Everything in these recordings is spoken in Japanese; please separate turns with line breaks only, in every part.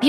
美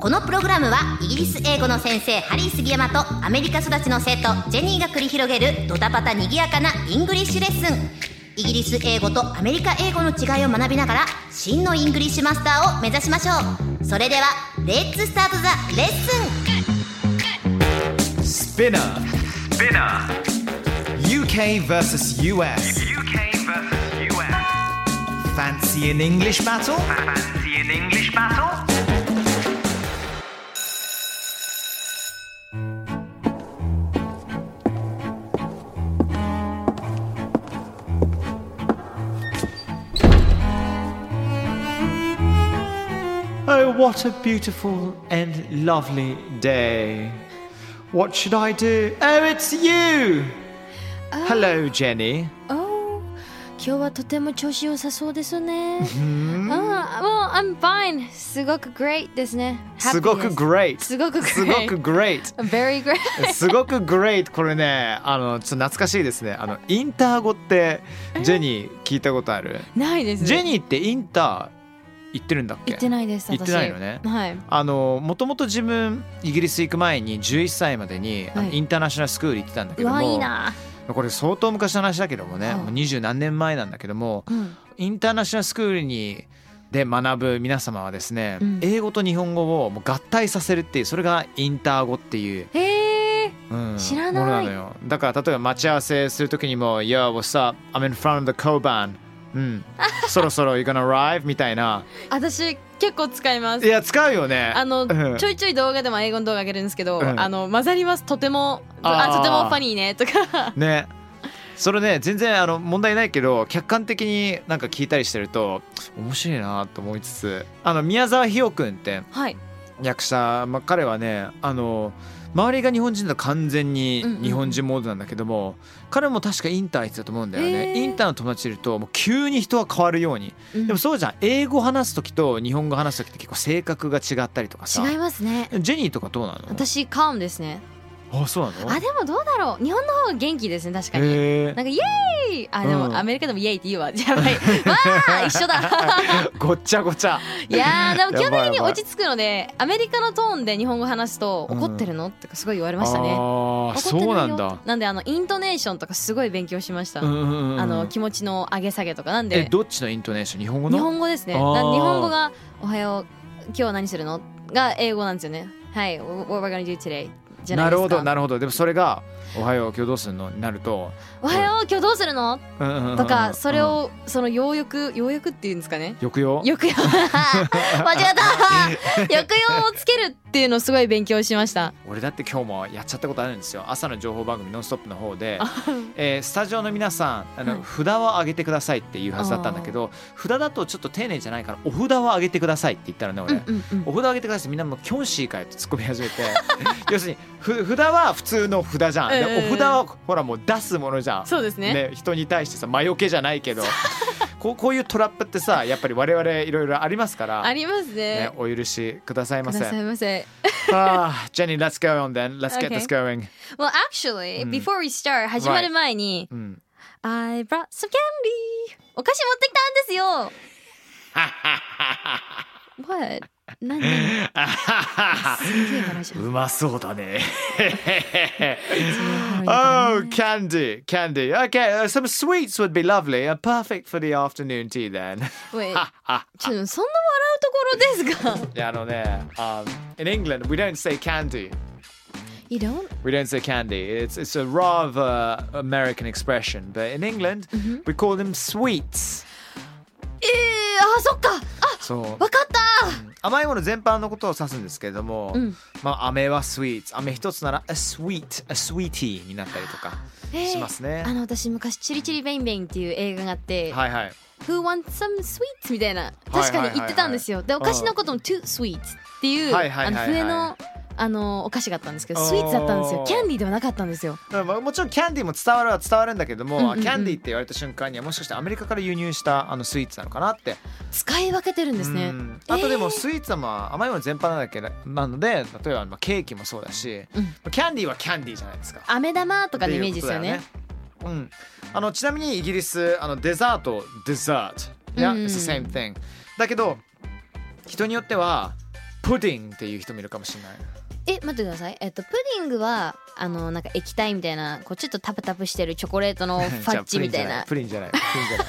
このプログラムはイギリス英語の先生ハリー杉山とアメリカ育ちの生徒ジェニーが繰り広げるドタパタにぎやかなイングリッシュレッスンイギリス英語とアメリカ英語の違いを学びながら真のイングリッシュマスターを目指しましょうそれではレッツスタートザレッスン
Spinner.
Spinner.
UK versus US.
UK versus US.
Fancy an English battle?
Fancy an English battle?
Oh, what a beautiful and lovely day. What should I do? Oh, it's you! Hello, Jenny.
おー今日はとても調子良さそうですね。ああ、もう、I'm fine。すごく great ですね。Happy
すごく
です
great.
すごく great
すごく great.
very great。
すごく great これねあのちょっと懐かしいですねあのインター語ってジェニー聞いたことある
ないです。
ジェニーってインター行ってるんだっけ
行ってないです。
行ってないよね
私はい。
あのもともと自分イギリス行く前に11歳までに、あの
はい
インターナショナルスクール行ってたんだけ
う
ど
わ、いい
も
な。
これ相当昔の話だけどもね
はい
もう二十何年前なんだけども
うん。
インターナショナルスクールにで学ぶ皆様はですね、
うん
英語と日本語をもう合体させるっていうそれがインター語っていう
へえ。
うん
知らない
ものなのよだから例えば待ち合わせするときにも「Yo, what's up? I'm in front of the Coban」うん、 そろそろ「You're gonna arrive」みたいな
私、結構使いま
い
す。
や使うよね
あ
う
の、
ん
ちょいちょい動画でも英語の動画あげるんですけど、
うん
あの混ざりますとても
あ
あ
ー
とてもファニーねとか
ねそれね全然あの問題ないけど客観的になんか聞いたりしてると面白いなと思いつつあの宮沢ひよくんって
はい
役者、まあ、彼はねあの周りが日本人だと完全に
うんうん
日本人モードなんだけども、彼も確かインター行ってたと思うんだよね、
へー
インターの友達いるともう急に人は変わるように、でもそうじゃん英語話す時と日本語話す時って結構性格が違ったりとかさ
違いますね
ジェニーとかどうなの
私カームですね
あそうなの
あでもどうだろう日本の方が元気ですね確かに
へ
なんかイエーイあ
うん
でも、アメリカでもイエーイって言うわ やばいわあ一緒だ
ーごっちゃごちゃ
いやーでも基
やばいやばい
本的に落ち着くのでアメリカのトーンで日本語話すと怒ってるのってすごい言われましたね
ああ
怒ってい
そ
よ
うなんだ。
なんであのイントネーションとかすごい勉強しました、
うんうんうん
あの気持ちの上げ下げとかなん
え
で
どっちのイントネーション日本語の
日本語ですね
あー
なん日本語が「おはよう今日は何するの?」が英語なんですよねはい「What we're gonna do today」じゃな
ない
で
る
すか
ほどなるほどでもそれが「おはよう今日どうするの?」になると
おはよう今日どうするの?」
うんうんうんうん
とかそれをそのようやくようやくっていうんですかね
抑揚
抑揚 間違った抑揚をつけるっていうのをすごい勉強しました
俺だって今日もやっちゃったことあるんですよ朝の情報番組「ノンストップ!」の方 で、えースタジオの皆さんあの、
はい
札を上げてくださいっていうはずだったんだけど札だとちょっと丁寧じゃないからお札を上げてくださいって言ったらね俺、
うんうん
お札上げてくださいってみんなもうキョンシーかよって突っ込み始めて 要するにふ札は普通の札じゃん、で
うんうんうん
お札はほらもう出すものじゃん
そうですね
ね、人に対してさ魔除けじゃないけどこうこういうトラップってさやっぱり我々いろいろありますから
ありますね
ね、お許しくださいま
く
せ
ださいませ
Ah, Jenny let's go on then let's get
Okay.
this going、
Well actually、
うん
before we start 始まる前に、
うん
I brought some candy お菓子持ってきたんですよ What? 何何すげえ笑いじゃ
うんまそうだね
あ
Oh, candy, candy. Okay, uh, some sweets would be lovely. Uh, perfect for the afternoon tea then.
Wait ちょっとそんな笑うところですか
yeah, I don't know. Um, in England, we don't say candy.
You don't?
We don't say candy. It's it's a rather American expression, but in England we call them sweets.
えー、あそっかあ
そう
わかった
甘いもの全般のことを指すんですけれども、
ん
まあ飴はスイーツ、飴一つなら a sweet, a sweetie になったりとか
えー
しますね。
あの私昔「チリチリベインベイン」っていう映画があって、
はいはい。
Who wants some sweets? みたいな
はい
確か
はいはいは
に
い
言ってたんですよ。でお菓子のことも too sweet っていう
はいはいは
あ
い
の
はい
笛のあのお菓子があったんですけど
あー
スイーツだったんですよ。キャンディーではなかったんですよ。
だからまあもちろんキャンディーも伝わるは伝わるんだけども、
うんうんうん
あキャンディーって言われた瞬間にはもしかしてアメリカから輸入したあのスイーツなのかなって
使い分けてるんですね
う。んあとでもスイーツはまあ甘いもの全般なだけななので例えばまあケーキもそうだし、キャンディーはキャンディーじゃないですか。
飴玉とかのイメージですよ
っ
ね
ていう。ことだよね。うん、あのちなみにイギリスあのデザートデザート、yeah,
うん
it's the same thing だけど人によってはプディングっていう人もいるかもしれない。
え待ってください。えっとプディングはあのなんか液体みたいなこうちょっとタプタプしてるチョコレー トのファッジみたいな。
プリンじゃないプリ ンじゃないプリンじゃない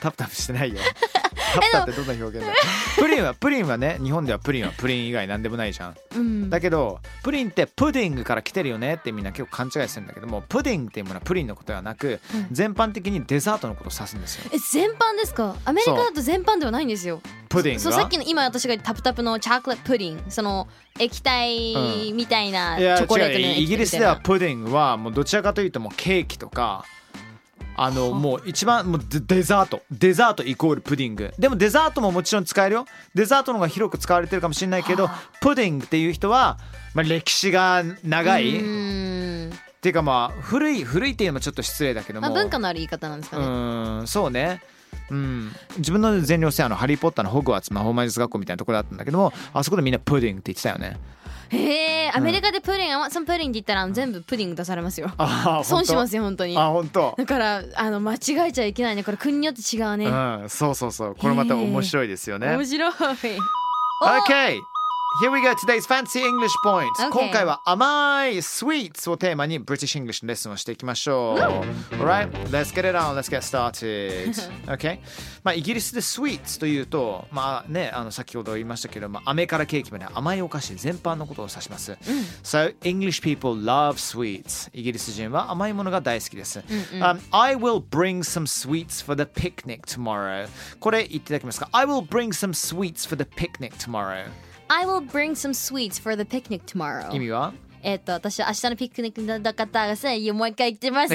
タプタプしてないよタプタってどんな表現だよプリンはプリンはね日本ではプリンはプリン以外何でもないじゃん
うん。
だけどプリンってプディングから来てるよねってみんな結構勘違いするんだけどもプディングっていうものはプリンのことではなく、全般的にデザートのことを指すんですよ
え全般ですかアメリカだと全般ではないんですよ。
プディン
そう
グ
さ
は
っきの今私が言ったタプタプのチョコレートプディンその液体みたいないチ
や
ョコレートの
違う
液体みたいな、
イギリスではプディングはもうどちらかというともうケーキとかあのもう一番もうデデザートデザートイコールプディングでもデザートももちろん使えるよデザートの方が広く使われてるかもしれないけどプディングっていう人は、まあ、歴史が長いっ
うーん
ていうかまあ古い古いっていうのもちょっと失礼だけども、
まあ文化のある言い方なんですか
う
ね、
ーんそうねうん、自分の全寮制あのハリー・ポッターのホグワーツ魔法魔術学校みたいなところだったんだけどもあそこでみんなプディングって言ってたよね
へえアメリカでプディング、あんまそのプディングって言ったらあの全部プディング出されますよ
ああ
損します
よ
よ本当に
あ本当
だからあの間違えちゃいけないねこれ国によって違うね、
うん、そうそうそう。これまた面白いですよね。
面白い
Okay! Here we go, today's fancy English points.
Okay.
今回は甘いスイーツをテーマに British English のレッスンをしていきましょう。Alright, let's get it on, let's get started. okay? まあイギリスでスイーツというと、まあね、あの先ほど言いましたけど、まあ、飴からケーキまで甘いお菓子全般のことを指します。so English people love sweets. イギリス人は甘いものが大好きです。Um, I will bring some sweets for the picnic tomorrow. これ言っていただけますか ?I will bring some sweets for the picnic tomorrow.
I will bring some sweets for the picnic tomorrow
意味は
えっと私は明日のピクニックの方がさもう一回言っ てます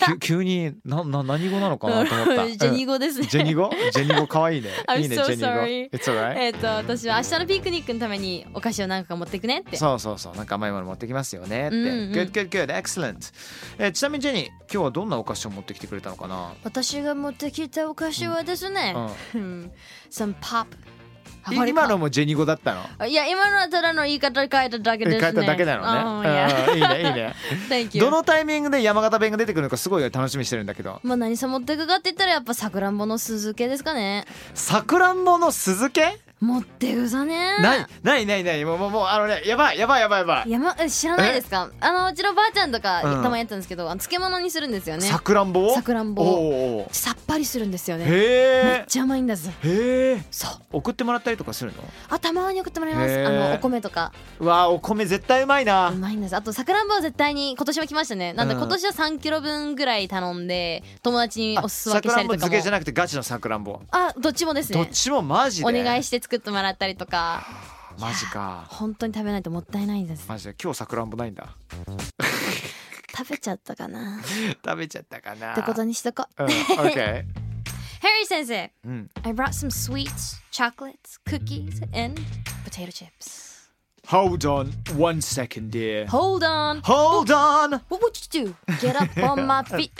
急急になな何語なのかなと思った。
ジェニー語ですね
うんジェニー語ジェニー語かわいいね。
I'm
いいね、
so
ジェニー
sorry.
語。It's alright.
えっと私は明日のピクニックのためにお菓子を何個か持ってくねって
そうそうそう、なんか甘いもの持ってきますよねって。
うんうん
good, good, good, excellent、えーちなみにジェニー、今日はどんなお菓子を持ってきてくれたのかな
私が持ってきたお菓子はですね、うん、some pop
い
ハリ
今
パ
のもジェニー語だったの
いや今のはただの言い方変えただけ
え
です
変
ね
えただけなの
Oh,
ね。
yeah.
うんいいね、いいね。
Thank you
どのタイミングで山形弁が出てくるのかすごい楽しみにしてるんだけど
まあ何さ持ってくかって言ったらやっぱさくらんぼの酢漬けですかね
さくらんぼの酢漬け
持ってくさね
ないないないないもうもうもうあのねやばいやばいやばいやばい
やまえ知らないですかあのうちのばあちゃんとか
うん
たまにやったんですけど、あの漬物にするんですよね
さくらんぼを
さくらんぼ
お
を
うおうおう
さっぱりするんですよねめ
へ
っちゃ甘いんです
えへえ
そう
送ってもらったりとかするの
あたまに送ってもらいま
へ
す
ー
あのお米とか
うわあお米絶対うまいうな
まいんですあとさくらんぼは絶対に今年も来ましたねなんで
うん
今年は3キロ分ぐらい頼んで友達におすそ
さ
分け
く
した
らん
り
ぼ
とか
漬けじゃ
も
なくてガチのさくらんぼ
あどっちもです
どっ
ね
ちもマジで
お願い
し
して作ってもらったりとか
マジか
本当に食べないともったいないんです
マジで今日さくらんぼないん だ
食べちゃったかなっ
食べちゃったかな
てことにしとこ う
うん OK
ヘリー先生
うん
I brought some sweets, chocolates, cookies, and potato chips
Hold on one second dear
Hold on
Hold on
What would you do? Get up on my feet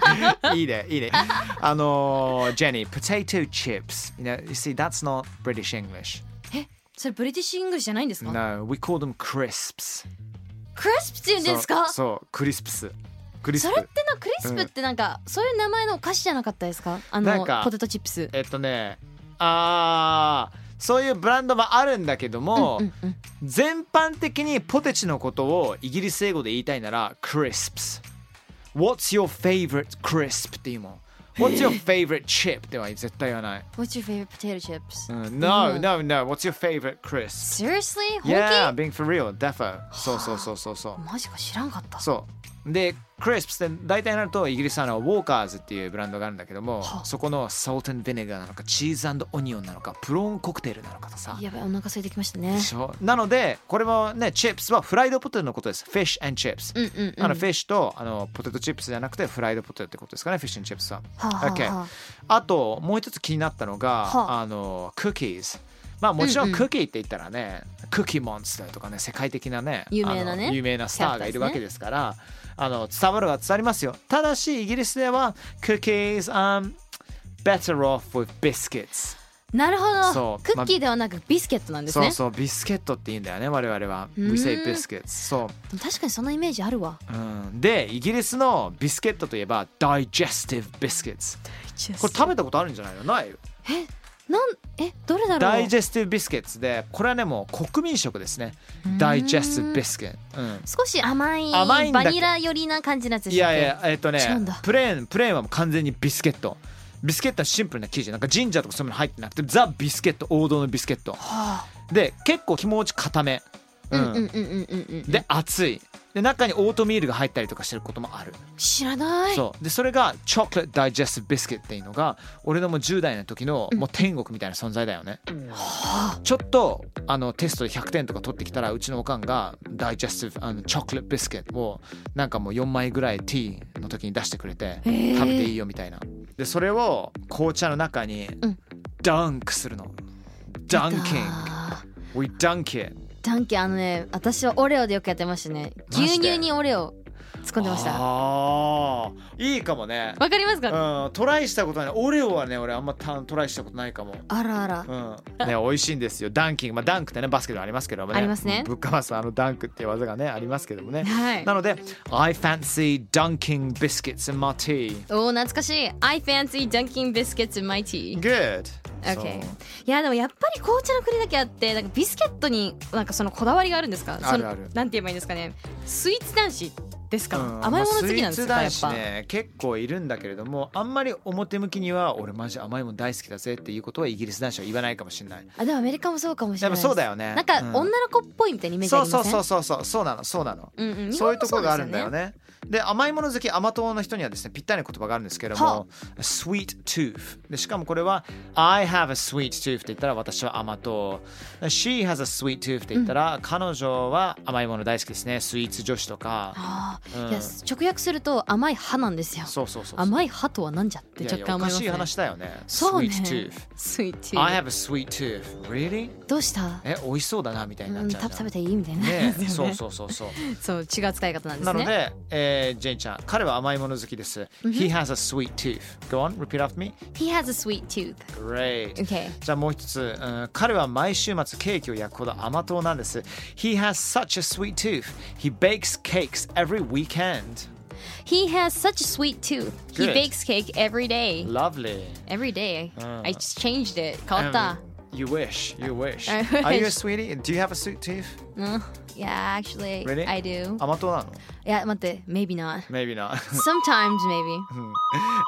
いいね、いいね。あのー、ジェニー、potato chips. You know, you see, that's not British English.
えそれブリティッシュイングリッシュじゃないんですか
No, we call them crisps.
クリスプって言うんですか
そう、そうクリスプス。クリス
そ
プ
れっ。てなクリスプってなんか、そういう名前のお菓子じゃなかったですかあ
なん
の
か
ポテトチップス
えっとね、あー、そういうブランドもあるんだけども、全般的にポテチのことをイギリス英語で言いたいなら、crisps。What's your favorite crisp? っていうもん。What's your favorite chip? では絶対言わない。
What's your favorite potato chips?、
うん No, no, no. What's your favorite crisp?
Seriously? 本気
Yeah, being for real, defo. そうそうそうそうそう。
マジか知らんかった
そう。で、クリスプスって大体なるとイギリスはあのウォーカーズっていうブランドがあるんだけども、そこのサルトンビネガーなのかチーズオニオンなのかプローンコクテルなのかとさ。
やばいお腹空いてきましたね
でしょなのでこれもねチップスはフライドポテトのことですフィッシュチップス、
うんうんうん
あのフィッシュとあのポテトチップスじゃなくてフライドポテトってことですかねフィッシュチップスは
はあはあ
OK
は
あともう一つ気になったのが、
は
あのクッキーズまあもちろ
うん
ん
うん
クッキーって言ったらね、クッキーモンスターとかね世界的なね
有名なね
あの有名なスターがいるわけですからあの伝わるは伝わりますよただしイギリスではクッキーズ um, better off with biscuits
あなるほ
そ
ど
う
クッキーではなくビスケットなんですね、
そうそうビスケットって言うんだよね我々は
うーん
We say biscuits そう
でも確かにそんなイメージあるわ
うんでイギリスのビスケットといえば digestive biscuits これ食べたことあるんじゃないのないよ
なんえどれだろう
digestive biscuits でこれはねもう国民食ですね
うーん
digestive biscuit うん
少し甘い
甘いんだ
バ
けど
ニラ寄りな感じのやつで
い
したっ
や
け
いやえっとね
違うんだ
プレーンプレーンはもう完全にビスケットビスケットはシンプルな生地なんかジンジャーとかそういうの入ってなくてザ・ビスケット王道のビスケット
はあ
で結構気持ち固め
うんうんうんうんうんうん
で熱いで中にオートミールが入ったりとかしてることもある
知らない
そうでそれがチョコレートダイジェストビスケットっていうのが俺のもう10代の時のもう天国みたいな存在だよね、ちょっとあのテストで100点とか取ってきたらうちのおかんがダイジェストあのチョコレートビスケットをなんかもう4枚ぐらいティーの時に出してくれて
ー
食べていいよみたいなでそれを紅茶の中に
うん
ダンクするの、ダンキング We dunk it
ダンキあのね私はオレオでよくやってましたね
マ
牛
ジで
乳にオレオ突っ込んでました
あーいいかもね
わかりますか
うん、トライしたことないオレオはね俺あんまたトライしたことないかも
あらあら
うん、ね美味しいんですよダンキング、まあ、ダンクってねバスケでもありますけどもね
ありますね
ぶっかますあのダンクっていう技がねありますけどもね
はい
なので I fancy dunking biscuits and my tea
おー懐かしい I fancy dunking biscuits in my tea
good
Okay.
そう
いやでもやっぱり紅茶の国だけあってなんかビスケットになんかそのこだわりがあるんですか
あるある
そのなんて言えばいいんですかねスイーツ男子ですか、
うん
甘いもの好きなんですか、
まあ
やっ
スイーツ
ぱ、
男子ね結構いるんだけれどもあんまり表向きには俺マジ甘いもん大好きだぜっていうことはイギリス男子は言わないかもしれない
あでもアメリカもそうかもしれ
やっぱ
ない
そうだ
よ
よね
なんか
う
女の子っぽいみたいなイメージあ
そ
り
う
ません
そうそうそうそうそうなのそうなの
うんうん、日
そう
本
いうと
も
ころがある
そ
ん
う
だ
です
よね。で甘いもの好き甘党の人にはですねぴったりの言葉があるんですけど
は
も sweet tooth でしかもこれは I have a sweet tooth って言ったら私は甘党 she has a sweet tooth って言ったら、彼女は甘いもの大好きですねスイーツ女子とか、
あー
うん
いや直訳すると甘い歯なんですよ
そうそうそうそう
甘い歯とはなんじゃって
いや
若
い
干
やお
思いま
か
す
し
ね
い話だよね
そうね
sweet tooth
Sweet tooth
I have a sweet tooth really
どうした
え美味しそうだなみたいにな
う
っ
ん
ちゃうじゃ
た
ん
食べていいみたいな、
ね
です
そ
よ
う
ね
そうそうそう
そう違う使い方なんで
な
すね
ので、えー、ジェイちゃん、彼は甘いもの好きです。He has a sweet tooth. Go on, repeat after me.
He has a sweet tooth
Great.
Okay
じゃあもう一つ、うん、彼は毎週末ケーキを焼くほど甘党なんです。He has such a sweet tooth. He bakes cakes every weekend.
He has such a sweet tooth He
Good.
bakes cake every day
Lovely.
Every day I just changed it 変わった
Um, you wish, you wish.
I wish.
Are you a sweetie? Do you have a sweet tooth?
Yeah actually
Really?
I do
甘党なの
いや待って Maybe not
Maybe not.
Sometimes maybe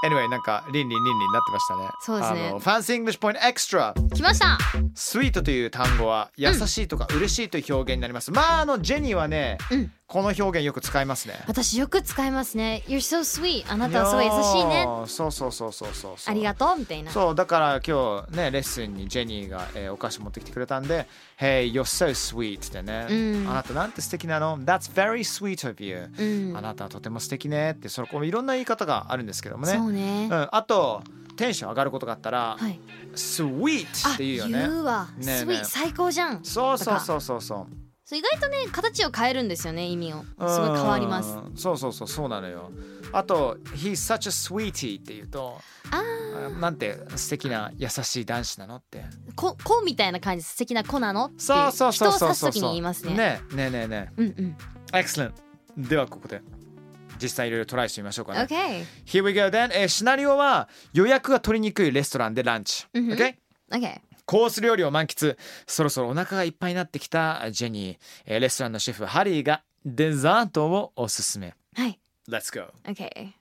anyway, なんか倫理倫理になってましたね。
そうですね
あの Fancy English Point Extra!
来ました
スイートという単語は優しいとか嬉しいという表現になります。まああのジェニーはね、この表現よく使いますね。
私よく使いますね You're so sweet あなたはすごい優しいね
やー。そうそうそうそうそうそう。
ありがとうみたいな
そうだから今日ねレッスンにジェニーが、えーお菓子持ってきてくれたんで「Hey, you're so sweet」ってね、
うん
あなたなんて素敵なの That's very sweet of you、
うん
あなたはとても素敵ねってそれこういろんな言い方があるんですけどもね
そうね
うん、あとテンション上がることがあったら「
はい
sweet」
あ
って言うよね
言うわ
ねえねえ
Sweet 最高じゃん
そうそうそうそうそう
そう意外とね形を変えるんですよね意味をすごい変わります
うんそうそうそうそうなのよあと「He's such a sweetie」って言うと
あ
あなんて素敵な優しい男子なのって
ーここみたいな感じ素敵な子なのっていう
そうそうそう
人を
そう
指す
そう
ときに言いますね
ねえねえねえね
うんうん
え Excellent ではここで実際いろいろトライしてみましょうかね、
OK
Here we go then、えーシナリオは予約が取りにくいレストランでランチ、
うんふん
OK?
OK
コース料理を満喫そろそろお腹がいっぱいになってきたジェニー、えーレストランのシェフハリーがデザートをおすすめ
はい
Let's go
OK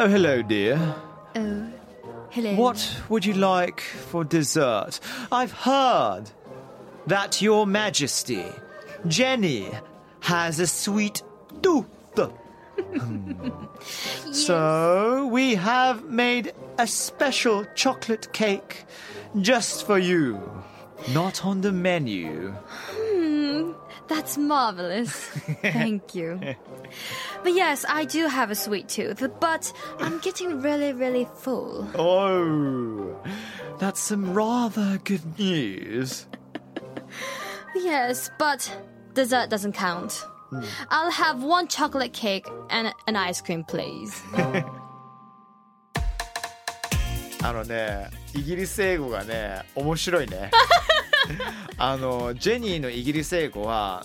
Oh hello dear
Oh Hello.
What would you like for dessert? I've heard that Your Majesty, Jenny, has a sweet tooth. So we have made a special chocolate cake just for you. Not on the menu.
That's marvelous. Thank you. But yes, I do have a sweet tooth, but I'm getting really, really full.
Oh, that's some rather good news.
Yes, but dessert doesn't count.
Hmm.
I'll have one chocolate cake and an ice cream, please.
あのねイギリス英語がね面白い ねあのジェニーのイギリス英語は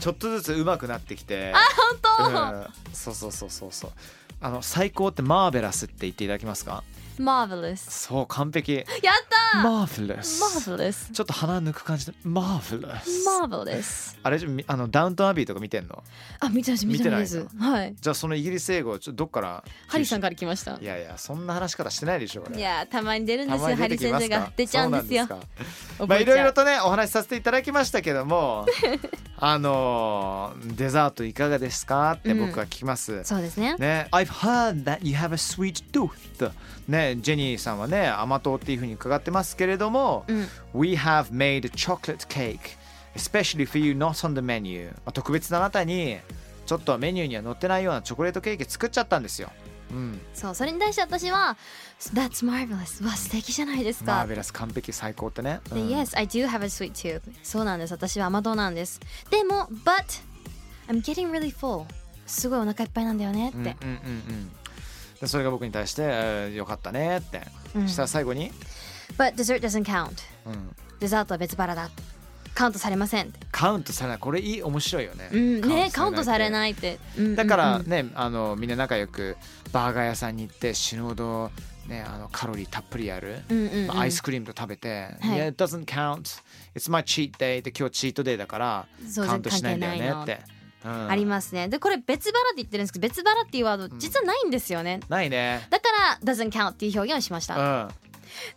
ちょっとずつ上手くなってきて
本当、
うんそうそうそうそうそうあの最高ってマーベラスって言っていただけますか
Marvelous.
そう完璧
やった
マーベラス
Marvelous.
ちょっと鼻抜く感じでマーベラス
Marvelous.
あれじゃみあのダウントンアビーとか見てんの
あ、見てないです、見てないです
見。
はい。
じゃあそのイギリス英語ちょっとどっから
ハリーさん
が
から来ました
い。やいやそんな話し方してないでしょこれ
いや、たまに出るん
た
です
ま
よ、
に
ハ
出
リ
て
ー
きます
先生が
か。
出ちゃうんですよ
そ。なんかま
覚
あい
えちゃう
ろいろとねお話しさせていただきましたけど もあのーデザートいかがですかって僕は聞きます、
そうですね。
ね I've heard that you have a sweet tooth ねジェニーさんはね甘党っていうふうに伺ってますけれども、We have made chocolate cake especially for you not on the menu まあ特別なあなたにちょっとメニューには載ってないようなチョコレートケーキ作っちゃったんですよ、うん、
そう、それに対して私は、That's marvelous. わ、素敵じゃないです
マ
か
ー。ベラス完璧最高ってね、う
で
ん
yes, I do have a sweet tooth. そうなんです。私は甘党なんです。でも、but I'm getting really full. すごいお腹いっぱいなんだよねって。
うんうんうんうんでそれが僕に対してえー「よかったね」って、したら最後に
but dessert doesn't count.
「うん、
デザートは別腹だ。カウントされません。
カウントされない」これいい面白いよね。
うん、ね、カウントされ
い
ないって。うんうんうん
だからね、あのみんな仲良くバーガー屋さんに行って死ぬほど、ね、あのカロリーたっぷりある、
うんうんうん
まあアイスクリームと食べて「
はい
Yeah, it doesn't count it's my cheat day」で今日チートデイだから
そう
カウントしないんだよねって。うん
ありますね。で、これ別腹って言ってるんですけど、別腹っていうワード、実はないんですよね。
ないね。
だから、doesn't count っていう表現をしまし
う
た。
ん、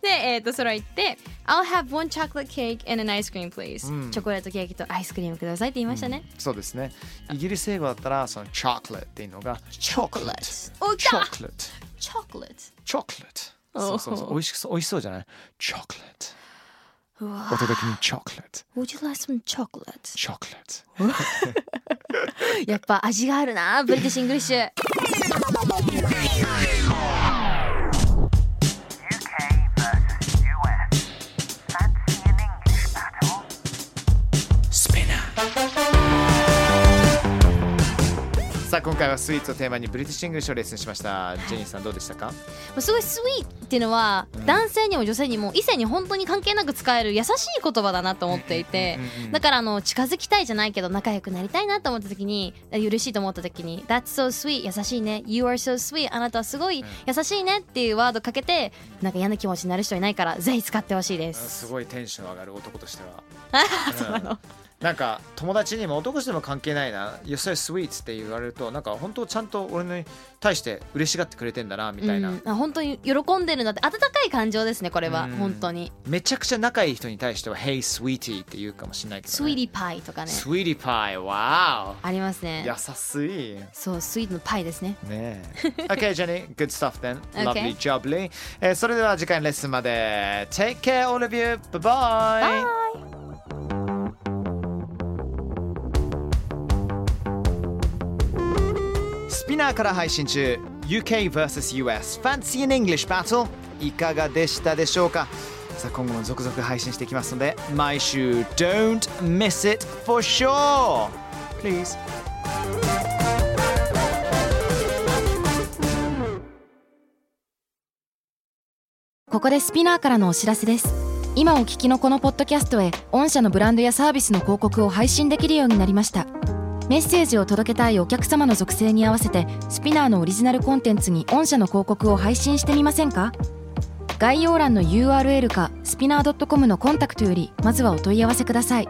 で、えっと、それを言って、I'll have one chocolate cake and an ice cream, please、
うん
チョコレートケーキとアイスクリームくださいって言いましたね。
そうですね。イギリス英語だったらそのチョコレートっていうのがチョコレート。
お来
チ
た
ョコレート。
チョコレート。
チョコレート。そ
お
う
ー
そうそう。美味しそう、美味しそうじゃないチョコレー
うわ
ト。お届けにチョコレート。
Would you like some chocolate?
チョコレート。
やっぱ味があるな、ブリティッシュ・イングリッシュ。
UK versus US. Fancy an English battle?
スピナー。さあ今回はスイーツをテーマにブリティッシュ・イングリッシュをレッスンしましたジェニーさんどうでしたか
まあすごいスイートっていうのは、男性にも女性にも異性に本当に関係なく使える優しい言葉だなと思っていて
うんうんうん
だからあの近づきたいじゃないけど仲良くなりたいなと思った時に嬉しいと思った時に「That's so sweet」優しいね「You are so sweet」あなたはすごい優しいねっていうワードかけてなんか嫌な気持ちになる人いないからぜひ使ってほしいです。
すごいテンション上がる男として はそうなのなんか友達にも男としても関係ないな「よそよスイーツ」って言われるとなんか本当ちゃんと俺に対して嬉しがってくれてんだなみたいな、
うんあ本当に喜んでるんだって温かい感情ですねこれは
うん
本当に
めちゃくちゃ仲いい人に対しては「Hey sweetie」って言うかもしれないけ
「
ど、ね、
スウィーリーパイ」とかね
スウィーリーパイ、わ
あります
お
ね
優しい。
そうスイートのパイですね
ねえ。okay, Jenny, good stuff then.
Okay.
Lovely jubbly.、えーそれでは次回のレッスンまで。Take care, all of you. Bye-bye. Bye. bye スピナーから配信中 UK vs.US Fancy in English Battle いかがでしたでしょうかさあ今後も続々配信していきますので毎週 Don't miss it for sure! Please!
概要欄の URL かスピナー .com のコンタクトよりまずはお問い合わせください